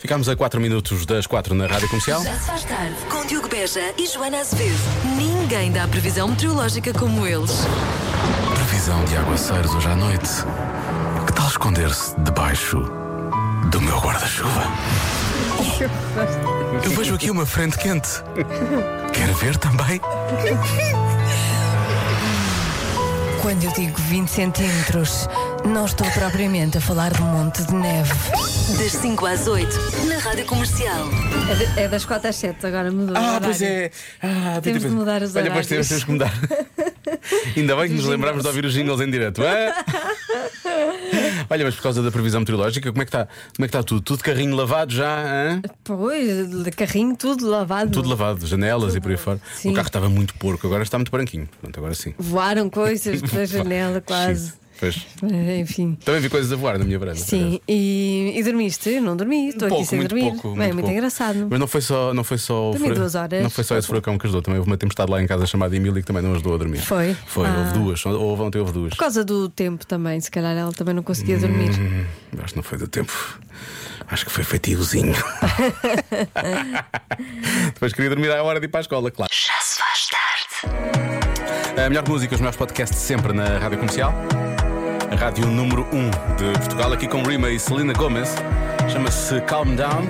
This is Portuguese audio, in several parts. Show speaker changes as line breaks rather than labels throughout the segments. Ficamos a 4 minutos das 4 na Rádio Comercial.
Já se faz tarde com Diogo Beja e Joana Azevedo. Ninguém dá previsão meteorológica como eles.
Previsão de aguaceiros hoje à noite. Que tal esconder-se debaixo do meu guarda-chuva? Eu vejo aqui uma frente quente. Quer ver também?
Quando eu digo 20 centímetros, não estou propriamente a falar de um monte de neve.
Das 5 às 8, na Rádio Comercial.
É, de- é das 4 às 7, agora mudou. o
Ah,
horário.
pois é. Ah,
Temos de mudar os
Olha, pois temos,
horários.
temos que mudar. Ainda bem que nos lembrámos de ouvir os jingles em direto. Ah! Olha, mas por causa da previsão meteorológica, como é que está como é que está tudo? Tudo carrinho lavado já? hã?
Pois, de carrinho, tudo lavado.
Tudo lavado, janelas e por aí fora. O
Sim.
carro estava muito porco, agora está muito branquinho. Pronto, agora sim.
Voaram coisas pela janela, quase. Eh,
Sim, Pois.
Enfim.
Também vi coisas a voar na minha varanda. por acaso.
Sim, e, e dormiste? Eu não dormi, estou aqui
É. Pouco,
sem
muito
dormir.
pouco.
Bem,
muito
muito
pouco.
engraçado.
Mas não foi só, não foi só o
Dormi
fura-
duas horas.
Não foi só esse furacão que ajudou, também houve uma tempestade lá em casa chamada Emília que também não ajudou a dormir.
Foi?
Foi,
Ah.
houve duas. Houve ontem, houve duas.
Por causa do tempo também, se calhar ela também não conseguia dormir.
Hum, acho que não foi do tempo. Acho que foi feitiozinho. Depois queria dormir à hora de ir para a escola, claro.
Já se faz tarde.
A melhor música, os melhores podcasts sempre na Rádio Comercial. A rádio número 1 de Portugal, aqui com Rima e Selena Gomes. Chama-se Calm Down.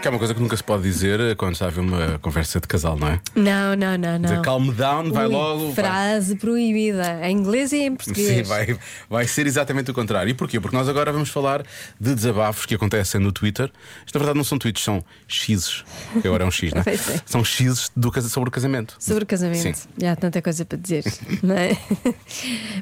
Que é uma coisa que nunca se pode dizer quando está a haver uma conversa de casal, não é?
Não, não, não,
Dizer
não.
calm down, vai
Ui,
logo. vai.
Frase proibida, em inglês e em português.
Sim, vai, vai ser exatamente o contrário. E porquê? Porque nós agora vamos falar de desabafos que acontecem no Twitter. Isto na verdade não são tweets, são X's. Que agora é um X, não é?
Pois é.
São X's do, casa- sobre o casamento.
Sobre o casamento,
Sim.
já há tanta coisa para dizer, não é?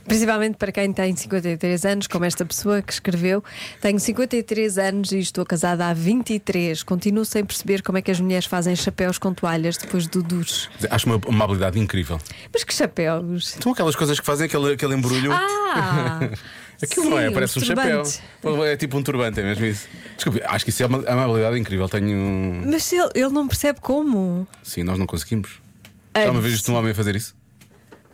Principalmente para quem tem 53 anos, como esta pessoa que escreveu. Tenho 53 anos e estou casada há 23. Continuo sem perceber como é que as mulheres fazem chapéus com toalhas depois do duche.
Acho uma, uma habilidade incrível.
Mas que chapéus!
São aquelas coisas que fazem aquele, aquele embrulho.
Ah!
Aquilo
sim,
não é, parece um,
os
chapéu.
turbantes.
É tipo um turbante, é mesmo isso. Desculpe, acho que isso é uma, é uma habilidade incrível. Tenho.
Mas se ele, ele não percebe como.
Sim, nós não conseguimos. Já uma vez viste um homem a fazer isso?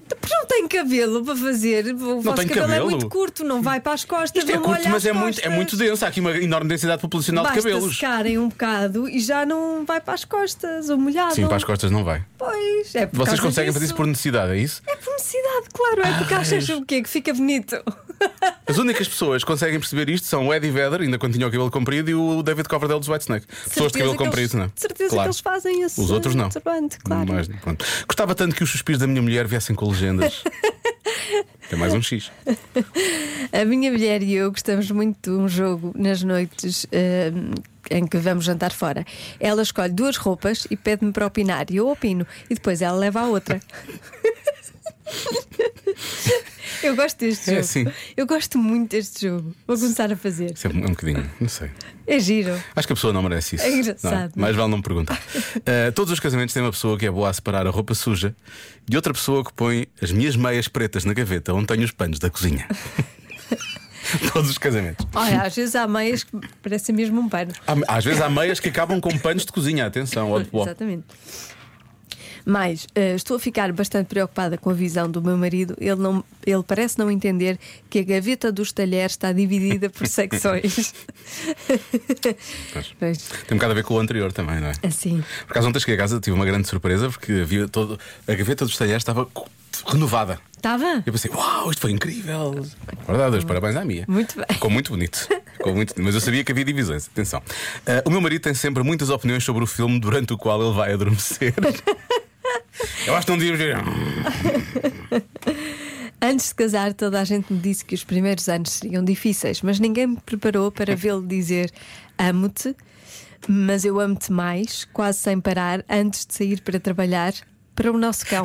então, Porque não tem cabelo para fazer. O vosso
tem
cabelo, é
cabelo?
muito curto, não vai para as costas.
Isto é
não
curto,
molha
mas
as
é muito, é
costas.
muito denso. Há aqui uma enorme densidade populacional
Basta
de cabelos.
secarem um bocado e já não vai para as costas, ou molhado.
Sim, para as costas não vai.
Pois, é por
Vocês
causa
conseguem fazer isso
disso.
por necessidade, é isso?
É por necessidade, claro, é porque achas o quê? Que fica bonito.
As únicas pessoas que conseguem perceber isto são o Eddie Vedder, ainda quando tinha o cabelo comprido, e o David Coverdale dos Whitesnake. Pessoas de
Certeza
cabelo
que eles-
comprido, não é?
de Certeza que eles fazem esse
Os outros não.
turbante, claro.
Mas, pronto. Gostava tanto que os suspiros da minha mulher viessem com legendas. é mais um X.
A minha mulher e eu gostamos muito de um jogo nas noites eh, em que vamos jantar fora. Ela escolhe duas roupas e pede-me para opinar. E eu opino. E depois ela leva a outra. eu gosto deste
É
jogo.
assim.
Eu gosto muito deste jogo. Vou começar a fazer.
Isso é um bocadinho, não sei.
É giro.
Acho que a pessoa não merece isso.
É engraçado,
não
não é?
Mais vale não perguntar. Uh, todos os casamentos têm uma pessoa que é boa a separar a roupa suja e outra pessoa que põe as minhas meias pretas na gaveta onde tenho os panos da cozinha. todos os casamentos.
Olha, às vezes há meias que parecem mesmo um pano.
Há- Às vezes há meias que acabam com panos de cozinha, atenção, ó de pó.
Exatamente. Mas eh, estou a ficar bastante preocupada com a visão do meu marido. Ele, não, ele parece não entender que a gaveta dos talheres está dividida por secções. pois,
Tem um bocado a ver com o anterior também, não é?
assim.
Por acaso ontem cheguei a casa, tive uma grande surpresa porque havia todo... a gaveta dos talheres estava co- renovada.
Estava?
Eu pensei, uau, isto foi incrível. Verdade, os parabéns à minha.
Muito bem.
Ficou muito bonito. Ficou muito... Mas eu sabia que havia divisões, atenção. Ah, o meu marido tem sempre muitas opiniões sobre o filme durante o qual ele vai adormecer. Eu acho que não devíamos dizer.
Antes de casar, toda a gente me disse que os primeiros anos seriam difíceis, mas ninguém me preparou para vê-lo dizer amo-te, mas eu amo-te mais, quase sem parar, antes de sair para trabalhar, para o nosso cão.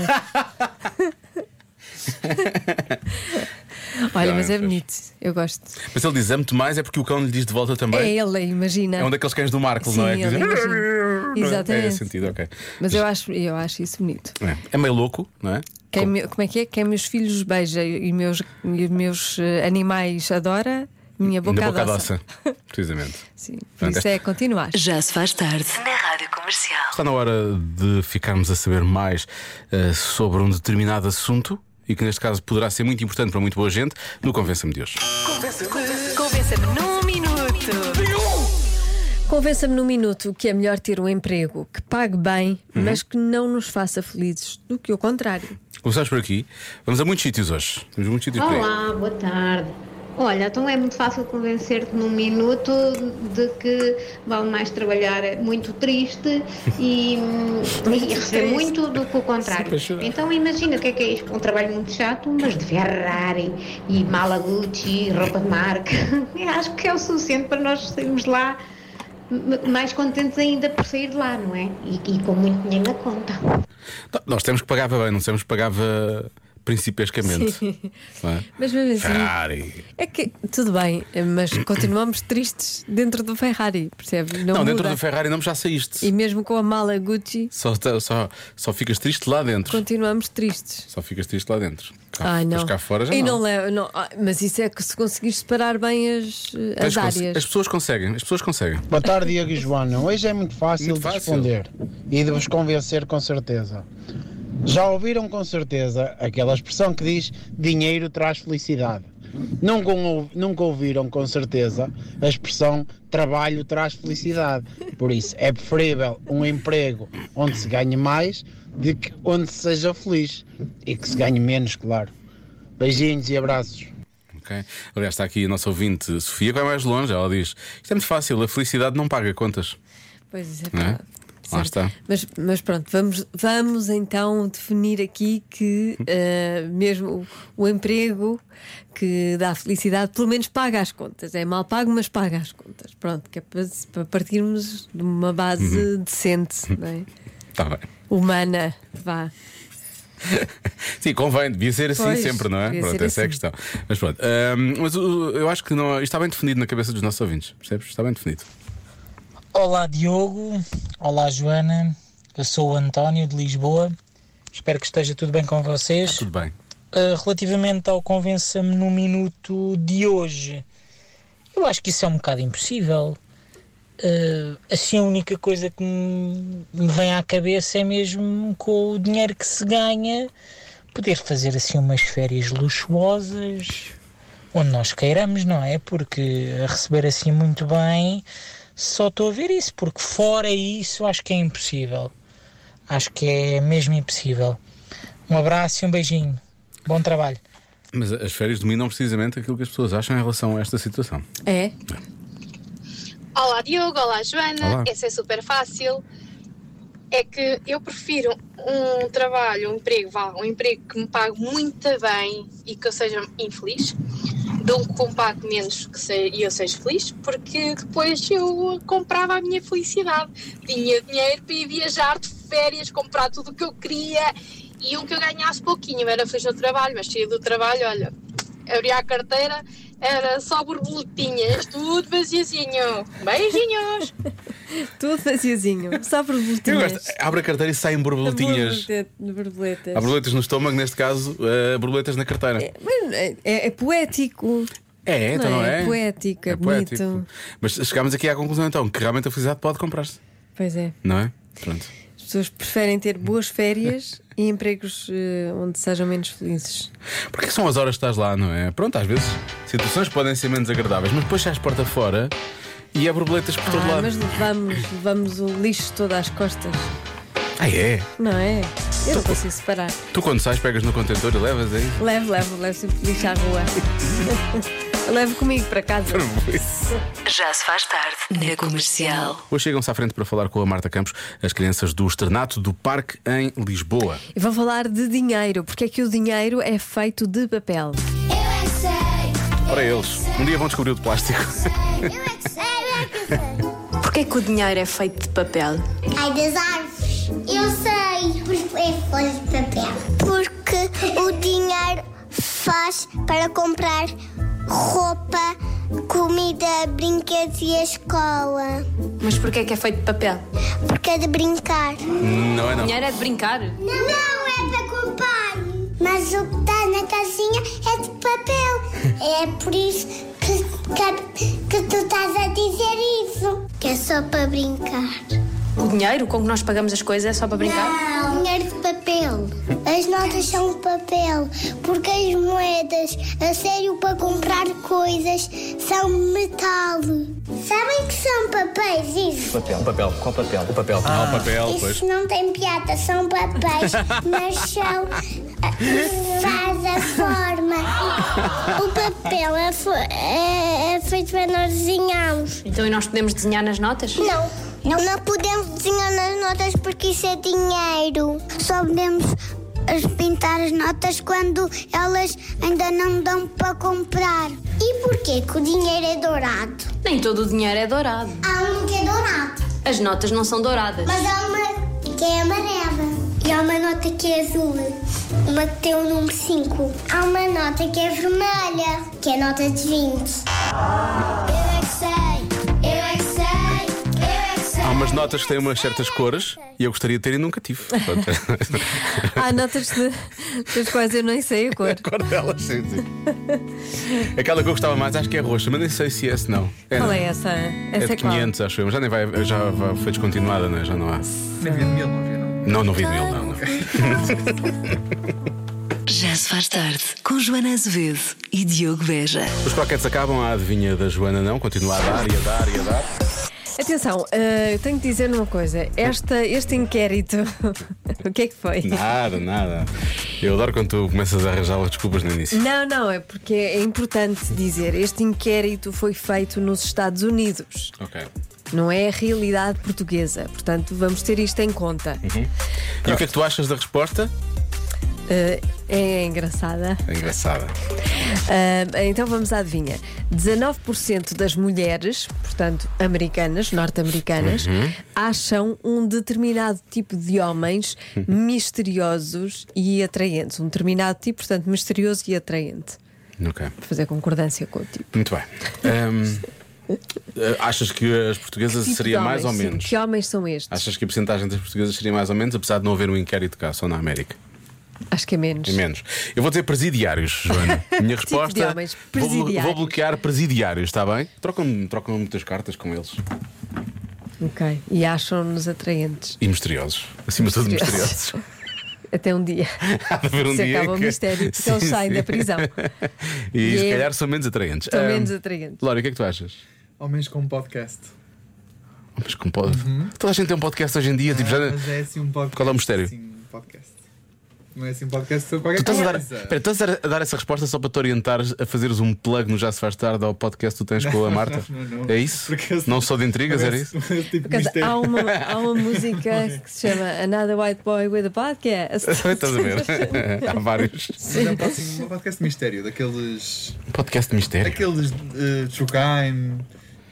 Olha, mas é
Pois.
bonito, eu gosto.
Mas ele diz amo-te mais é porque o cão lhe diz de volta
É
também.
ele, imagina.
É um daqueles cães do Marco,
Sim,
não é?
ele,
dizem,
imagina. Exatamente.
É sentido, ok.
Mas eu acho, eu acho isso bonito.
É, é meio louco, não é?
Quem me- como é que é? Quem meus filhos beija e meus, e meus eh, animais adora, minha boca,
Na boca
adoça.
doça. Precisamente.
Sim, por
Portanto,
isso é continuar.
Já se faz tarde na Rádio Comercial.
Está na hora de ficarmos a saber mais eh, sobre um determinado assunto e que neste caso poderá ser muito importante para muito boa gente no Convença-me de hoje.
Convença-me num minuto.
Convença-me num minuto que é melhor ter um emprego que pague bem,
Uhum.
mas que não nos faça felizes, do que o contrário.
Começamos por aqui. Vamos a muitos sítios hoje. Temos muitos sítios para ir.
Olá, boa tarde. Olha, então é muito fácil convencer-te num minuto de que vale mais trabalhar muito triste e, e receber muito do que o contrário. Então imagina o que é que é isto, um trabalho muito chato, mas de Ferrari e mala Gucci, roupa de marca. Eu acho que é o suficiente para nós sairmos de lá m- mais contentes ainda por sair de lá, não é? E, e com muito dinheiro na conta.
Nó- Então, Nós temos que pagava bem, não temos que pagava principescamente. não é?
Mas mesmo assim.
Ferrari.
É que tudo bem, mas continuamos tristes dentro do Ferrari, percebes? Não,
Não, dentro
muda.
do Ferrari não já saíste.
E mesmo com a mala Gucci,
Só, só, só ficas triste lá dentro.
continuamos tristes.
Só ficas triste lá dentro. Cá,
Ai,
depois
não.
cá fora já
e
não.
não leva, não. ah, mas isso é que se conseguires separar bem as, eh,
Tens
as
que conse-
áreas.
as pessoas conseguem, as pessoas conseguem.
Boa tarde, Diego e Joana. Hoje é muito fácil
Muito
de
fácil.
responder e de vos convencer com certeza. Já ouviram com certeza aquela expressão que diz dinheiro traz felicidade. Nunca, um ou- nunca ouviram com certeza a expressão trabalho traz felicidade. Por isso, é preferível um emprego onde se ganhe mais do que onde se seja feliz e que se ganhe menos, claro. Beijinhos e abraços.
ok? Aliás, está aqui a nossa ouvinte Sofia, que vai mais longe. Ela diz: Isto é muito fácil, a felicidade não paga contas.
Pois isso é
Não é?
verdade.
Lá
Certo.
está.
Mas, mas pronto, vamos, vamos então definir aqui que eh, mesmo o, o emprego que dá felicidade, pelo menos paga as contas. É mal pago, mas paga as contas. Pronto, que é para, para partirmos de uma base
Uhum.
decente, não é?
Está Tá bem.
humana. Vá.
Sim, convém, devia ser assim
Pois,
sempre, não é?
devia
Pronto,
ser
essa é a
assim.
questão. Mas pronto, hum, mas o- eu acho que não, isto está bem definido na cabeça dos nossos ouvintes, percebes? Está bem definido.
Olá Diogo, olá Joana, eu sou o António de Lisboa, espero que esteja tudo bem com vocês.
Tudo bem.
Uh, relativamente ao Convença-me no Minuto de hoje, eu acho que isso é um bocado impossível. Uh, assim, a única coisa que me me vem à cabeça é mesmo com o dinheiro que se ganha, poder fazer assim umas férias luxuosas, onde nós queiramos, não é? Porque a receber assim muito bem, só estou a ver isso, porque fora isso acho que é impossível. Acho que é mesmo impossível. Um abraço e um beijinho. Bom trabalho.
Mas as férias dominam precisamente aquilo que as pessoas acham em relação a esta situação.
É?
Olá Diogo, olá Joana,
Olá.
essa é super fácil. É que eu prefiro um trabalho, um emprego, vá, um emprego que me pague muito bem e que eu seja infeliz, do que um pague menos que se- e eu seja feliz, porque depois eu comprava a minha felicidade. Tinha dinheiro para ir viajar de férias, comprar tudo o que eu queria e um que eu ganhasse pouquinho. Eu era feliz no trabalho, mas saía do trabalho, olha, abria a carteira, era só borboletinhas, tudo vaziozinho. Beijinhos!
Tudo vaziozinho, só por
Eu
borboletinhas.
gosto, abre a carteira e saem borboletinhas.
Borboleta- borboletas.
Há borboletas no estômago, neste caso, eh, borboletas na carteira.
Mas é- é- é poético.
É, então
Não
não
é?
é?
É poético, é bonito.
Mas chegámos aqui à conclusão então que realmente a felicidade pode comprar-se,
Pois é.
não é? Pronto.
As pessoas preferem ter boas férias e empregos eh, onde sejam menos felizes.
Porque são as horas que estás lá, não é? Pronto, às vezes situações podem ser menos agradáveis, mas depois sais porta fora e há borboletas por todo
Ah,
lado.
mas levamos, levamos o lixo todo às costas,
Ah, é?
não é? Eu não consigo separar.
Tu quando sais pegas no contentor e levas é aí?
Levo, levo, levo sempre lixo à rua. Eu levo comigo para casa.
Já se faz tarde na comercial.
Hoje chegam-se à frente para falar com a Marta Campos, as crianças do Externato do Parque em Lisboa.
E vou falar de dinheiro, porque é que o dinheiro é feito de papel.
Ora eles, um dia vão descobrir o de plástico.
Porquê que o dinheiro é feito de papel?
Ai, das árvores. Eu sei. Porque é folha de papel. Porque o dinheiro faz para comprar roupa, comida, brinquedos e a escola.
Mas porquê que é feito de papel?
Porque é de brincar.
Não é
O
não.
dinheiro é de brincar?
Não, é para comprar. Mas o que está na casinha é de papel. É por isso que, que, que tu estás a dizer isso. Que é só para brincar.
O dinheiro com que nós pagamos as coisas é só para brincar?
Não, dinheiro de papel. As notas são de papel, porque as moedas, a sério, para comprar coisas, são metal. Sabem que são papéis isso?
Papel, papel, qual papel? O papel.
Ah, o papel, pois.
Isso não tem piada, são papéis, mas são. ah, faz a forma. O papel é, fo- é- é feito para nós desenharmos.
Então e nós podemos desenhar nas notas?
Não. Não. podemos desenhar nas notas porque isso é dinheiro. Só podemos as- pintar as notas quando elas ainda não dão para comprar. E porquê que o dinheiro é dourado?
Nem todo o dinheiro é dourado.
Há um que é dourado,
As notas não são douradas.
mas há uma que é amarela. E há uma nota que é azul, uma que tem o número 5. Há uma nota que é vermelha, que é a nota de 20. Eu é que sei, eu é que sei, eu é que sei.
Há umas notas que têm umas certas cores e eu gostaria de ter e nunca tive. Pronto.
Há notas de, das quais eu nem sei a cor.
cor delas, sim, sim. Aquela que eu gostava mais, acho que é roxa, mas nem sei se é essa não.
Qual
não.
é essa?
É de
Essa
500, acho eu, mas já, nem vai, já vai- foi descontinuada, né? já não há. Nem vi de mil, não vi, não. Não, não vi de mil, não. não.
Já se faz tarde com Joana Azevedo e Diogo Beja.
Os croquetes acabam, a adivinha da Joana não, continua a dar e a dar e a dar.
Atenção, eh, eu tenho que dizer uma coisa. Esta, este inquérito, o que é que foi?
Nada, nada. Eu adoro quando tu começas a arranjar as desculpas no início.
Não, não, é porque é importante dizer. Este inquérito foi feito nos Estados Unidos,
Ok.
não é a realidade portuguesa. Portanto, vamos ter isto em conta.
Uhum. E o que é que tu achas da resposta?
Eh, é engraçada.
É engraçada.
Ah, então vamos à adivinha. 19% das mulheres, portanto, americanas, norte-americanas,
Uhum.
acham um determinado tipo de homens misteriosos e atraentes. Um determinado tipo, portanto, misterioso e atraente.
Ok.
Vou fazer concordância com o tipo.
Muito bem. Ahm, eh, achas que as portuguesas
Que tipo
seria
de
mais ou
homens?
menos?
Que homens são estes?
Achas que a porcentagem das portuguesas seria mais ou menos, apesar de não haver um inquérito cá, só na América?
Acho que é menos.
É menos. Eu vou dizer presidiários, Joana. Minha resposta.
Tipo de homens,
vou blo-
presidiários.
Vou, bloquear presidiários, está bem? Trocam, trocam muitas cartas com eles.
Ok. E acham-nos atraentes.
E misteriosos. Acima de tudo, misteriosos.
Até um dia.
Há de haver um
Se
dia
acaba o
que-
mistério, que
Sim,
eles saem
sim.
da prisão.
E,
E
se
é-
calhar são menos atraentes.
São
Ahm,
menos atraentes.
Lória, o que é que tu achas?
Homens com podcast. Uhum.
Mas como pode- Toda a gente tem um podcast hoje em dia. tipo, já-
Mas é assim um podcast.
Qual é o mistério?
Um podcast. Não é assim um podcast sobre
Tu
qualquer
estás a, dar,
coisa.
espera, estás a dar- a dar essa resposta só para te orientares a fazeres um plug no Já Se Faz Tarde ao podcast que tu tens com a
Não,
Marta?
não, não, não.
É isso? Não sou de intrigas, era isso?
Por acaso, há, uma, há uma música que se chama Another White Boy with a Podcast.
um
Estás a ver? Há vários. Um
Mas é um podcast- um podcast de mistério, daqueles.
Podcast de mistério.
Aqueles eh, True Crime.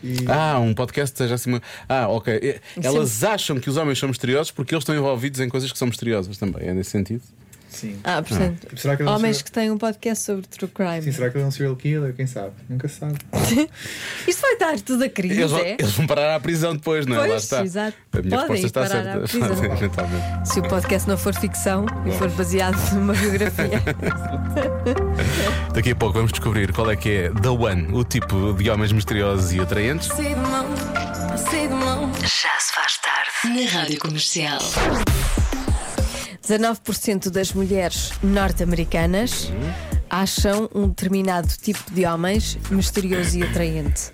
E...
Ah, um podcast que seja assim. Ah, ok. E-
Sim.
Elas acham que os homens são misteriosos porque eles estão envolvidos em coisas que são misteriosas também. É nesse sentido?
Sim.
Ah, portanto,
Tipo, será que ele é um
homens
serial-
que têm um podcast sobre true crime.
Sim, será que ele é um serial killer? Quem sabe? Nunca se sabe.
Isto vai dar tudo a crise,
Eles vão,
é?
eles vão parar à prisão depois, não é?
Pois,
Lá está.
exato.
A minha
Podem
resposta está
parar à
certa.
prisão.
Fazem, eventualmente.
Se o podcast não for ficção e for baseado numa biografia.
Daqui a pouco vamos descobrir qual é que é The One, o tipo de homens misteriosos e atraentes.
Já se faz tarde na Rádio Comercial.
19% das mulheres norte-americanas
Hum.
acham um determinado tipo de homens misterioso e atraente.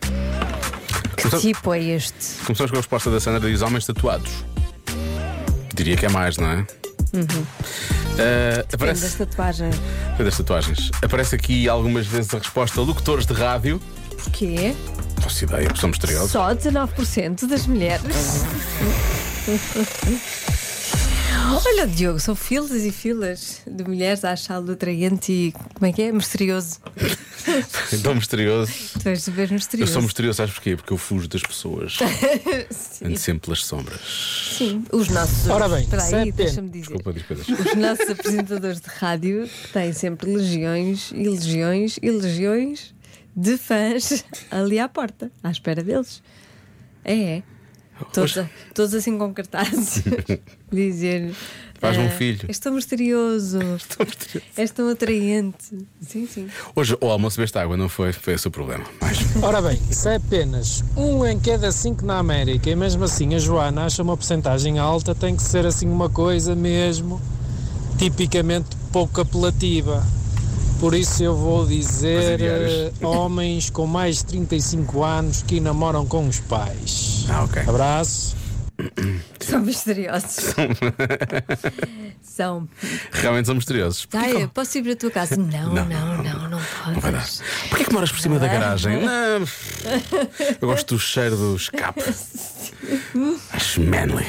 Que
Então-
tipo é este?
Começamos com a resposta da Sandra diz homens tatuados. Diria que é mais, não é?
Uhum.
Ah,
Depende
aparece.
das tatuagens.
Foi das tatuagens. Aparece aqui algumas vezes a resposta locutores de rádio.
Porquê?
Faço ideia, são misteriosos.
Só 19% das mulheres. Olha, Diogo, são filas e filas de mulheres a achá-lo atraente e como é que é? Misterioso.
Tão misterioso.
Tu és de ver
Eu
misterioso.
sou misterioso, sabes porquê? Porque eu fujo das pessoas.
Sim,
Ando sempre pelas sombras.
sim. Os nossos.
Ora bem,
espera aí,
CP.
deixa-me dizer.
Desculpa, diz coisas.
Os nossos apresentadores de rádio têm sempre legiões e legiões e legiões de fãs ali à porta, à espera deles. É, é. Todos, todos assim com cartazes. Dizer
Faz um filho.
És tão misterioso. És tão atraente. Sim, sim.
Hoje o almoço bebeste água, não foi? Foi esse o problema.
Ora bem, se é apenas um em cada cinco na América e mesmo assim a Joana acha uma porcentagem alta, tem que ser assim uma coisa mesmo tipicamente pouco apelativa. Por isso eu vou dizer eh, homens com mais de 35 anos que namoram com os pais.
Ah,
Tá
ok.
Abraço.
São misteriosos. São.
Realmente são misteriosos. Porquê
Ai, eu posso ir para a tua casa? Não, não, não, não,
Não vai dar.
podes.
Porquê que moras por cima da
Não é?
garagem? Não, eu gosto do cheiro do escape. Acho manly.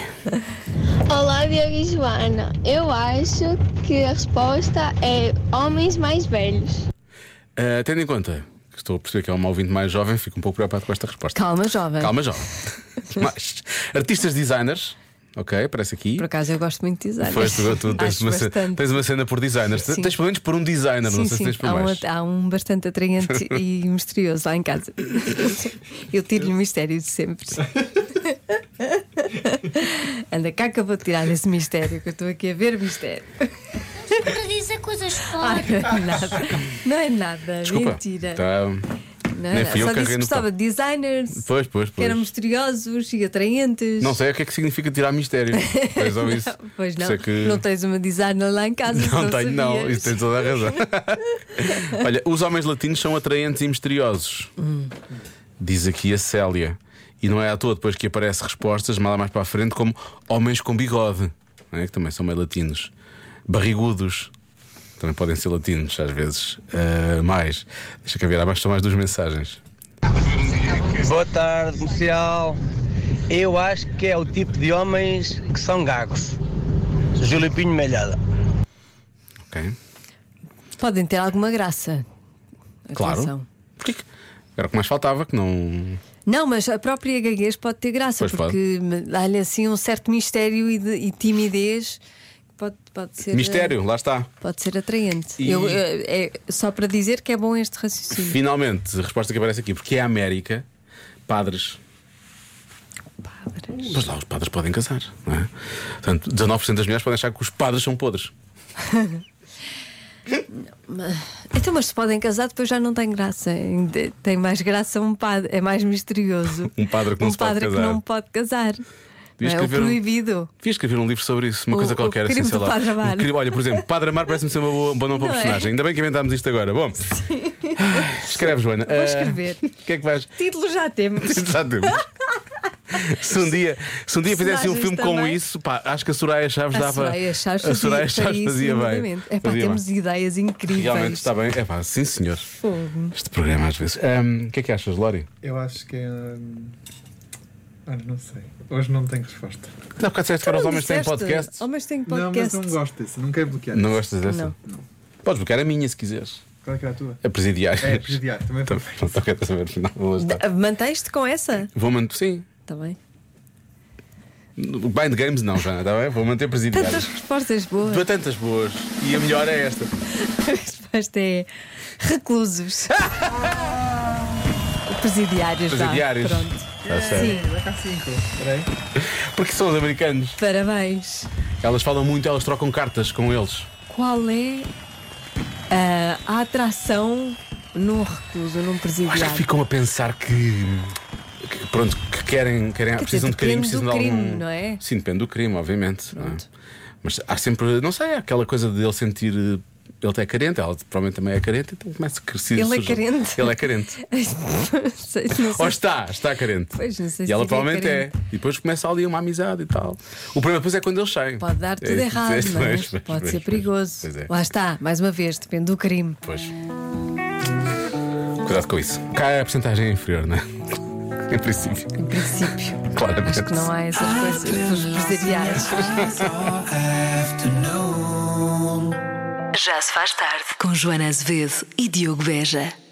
Olá, Diogo e Joana. Eu acho que a resposta é homens mais velhos.
Ah, tendo em conta que estou a perceber que é um ouvinte mais jovem, fico um pouco preocupado com esta resposta.
Calma, jovem.
Calma, jovem. Mas, artistas designers, ok, parece aqui.
Por acaso eu gosto muito de design.
Foste, tu, tu tens,
Acho
uma cena,
bastante.
tens uma cena por designers.
Sim.
Tens pelo menos por um designer,
sim,
não sei
sim.
se tens por
há, um,
mais.
há um bastante atraente e misterioso lá em casa. Eu tiro-lhe o mistério de sempre. Anda cá que eu vou tirar esse mistério, que eu estou aqui a ver mistério.
Para dizer coisas
Ah,
fortes.
não é nada. Não é nada.
Desculpa.
Mentira.
Tá-
Não é
nem
nada.
fui eu
Só
que carreguei
disse que
no
gostava de designers
Pois, pois,
que eram
pois.
misteriosos e atraentes.
Não sei o que é que significa tirar mistério. Pois ou isso.
Pois
Por
não,
isso é que-
não tens uma designer lá em casa.
Não
se
tenho, não,
sabias.
isso tens toda a razão. Olha, os homens latinos são atraentes e misteriosos,
Hum.
diz aqui a Célia. E não é à toa depois que aparece respostas, mal mais para a frente, como homens com bigode, não é? que também são meio latinos. Barrigudos, também podem ser latinos às vezes. Ah, mais, deixa cá ver, há mais, são mais duas mensagens.
Boa tarde, comercial. Eu acho que é o tipo de homens que são gagos. Júlio Pinho Melhada.
Podem ter alguma graça.
Claro.
Atenção.
Era o que mais faltava, que não.
Não, mas a própria gaguez pode ter graça,
Pois pode.
porque dá-lhe assim um certo mistério e, de- e timidez que pode, pode ser. eh,
Mistério, lá está.
Pode ser atraente.
E-
Eu, eu- é, só para dizer que é bom este raciocínio.
Finalmente, a resposta que aparece aqui, porque é a América, padres. Padres. Mas lá os padres podem casar, não é? Portanto, 19% das mulheres podem achar que os padres são podres.
Mas- Então, mas se podem casar, depois já não tem graça. Ainda Tem mais graça um padre, é mais misterioso.
Um padre que não
um
se pode
padre que
casar.
não pode casar. Não é o
escrever um-
proibido.
Devia escrever um livro sobre isso, uma
O-
coisa
o
qualquer, assim,
crime
sei
do
lá.
Padre Amar.
O crime- Olha, por exemplo, Padre Amar parece-me ser uma boa, um bom nome para
Não é?
personagem. Ainda bem que inventámos isto agora. Bom, escreve, Joana.
Vou escrever.
Ah, O que é que vais?
Título já temos.
Já temos. Se um dia, se um dia fizesse um
Personagens
filme com
também.
isso, pá, acho que a Soraya Chaves
A
dava.
Soraya Chaves
a Soraya
fazia-
Chaves fazia
faria isso
bem.
lindamente. Epá,
Fazia bem.
temos ideias incríveis.
Realmente está bem. É pá, sim senhor.
Fogo.
Este programa às vezes. Ahm, O que é que achas, Lori?
Eu acho que é. hum, Ah, não sei. Hoje não tenho resposta.
Não, porque disseste que para os
não
homens têm
disseste.
podcast.
Homens têm
Não, mas
podcast.
não gosto desse. Não quero bloquear.
Não
esse.
gostas dessa? Podes bloquear a minha se quiseres.
Qual é que era a tua?
A presidiária.
É, presidiário. Também
Também não estou a saber. Não, lá está.
Ah, Manteste com essa?
Vou manter. Sim.
Está Tá bem.
Bind Games não, já, está bem? Vou manter presidiária.
Tantas respostas boas.
Para tantas boas. E a melhor é esta.
A resposta é reclusos. Presidiários. vá,
Presidiários.
Pronto.
Está certo.
Sim.
Porque são os americanos.
Parabéns.
Elas falam muito, elas trocam cartas com eles.
Qual é ah, a atração num recluso, num
Acho que
presidiário?
ficam a pensar que. que, pronto, que querem. querem
Quer
precisam
dizer,
de carinho,
depende
precisam de
do
algum.
crime, não é?
Sim, depende do crime, obviamente. não é? Mas há sempre, não sei, aquela coisa de ele sentir. eh, Ele é carente, ela provavelmente também é carente, então começa a crescer.
Ele é
surge-
carente?
Ele é carente.
Não sei- não sei
Ou está, está carente.
Pois, não sei
e
se
ela
seria
provavelmente é.
carente.
E depois começa ali uma amizade e tal. O problema depois é quando eles saem.
Pode dar tudo
É,
errado,
é,
não é?
pois, pois,
Pode
pois,
ser
pois,
perigoso.
pois é.
Lá está, mais uma vez, depende do crime.
Pois. Cuidado com isso. Cá é a porcentagem inferior, não é? Em princípio.
Em princípio.
Claro
Acho que não há essas coisas dos presidiários.
Já se faz tarde com Joana Azevedo e Diogo Beja.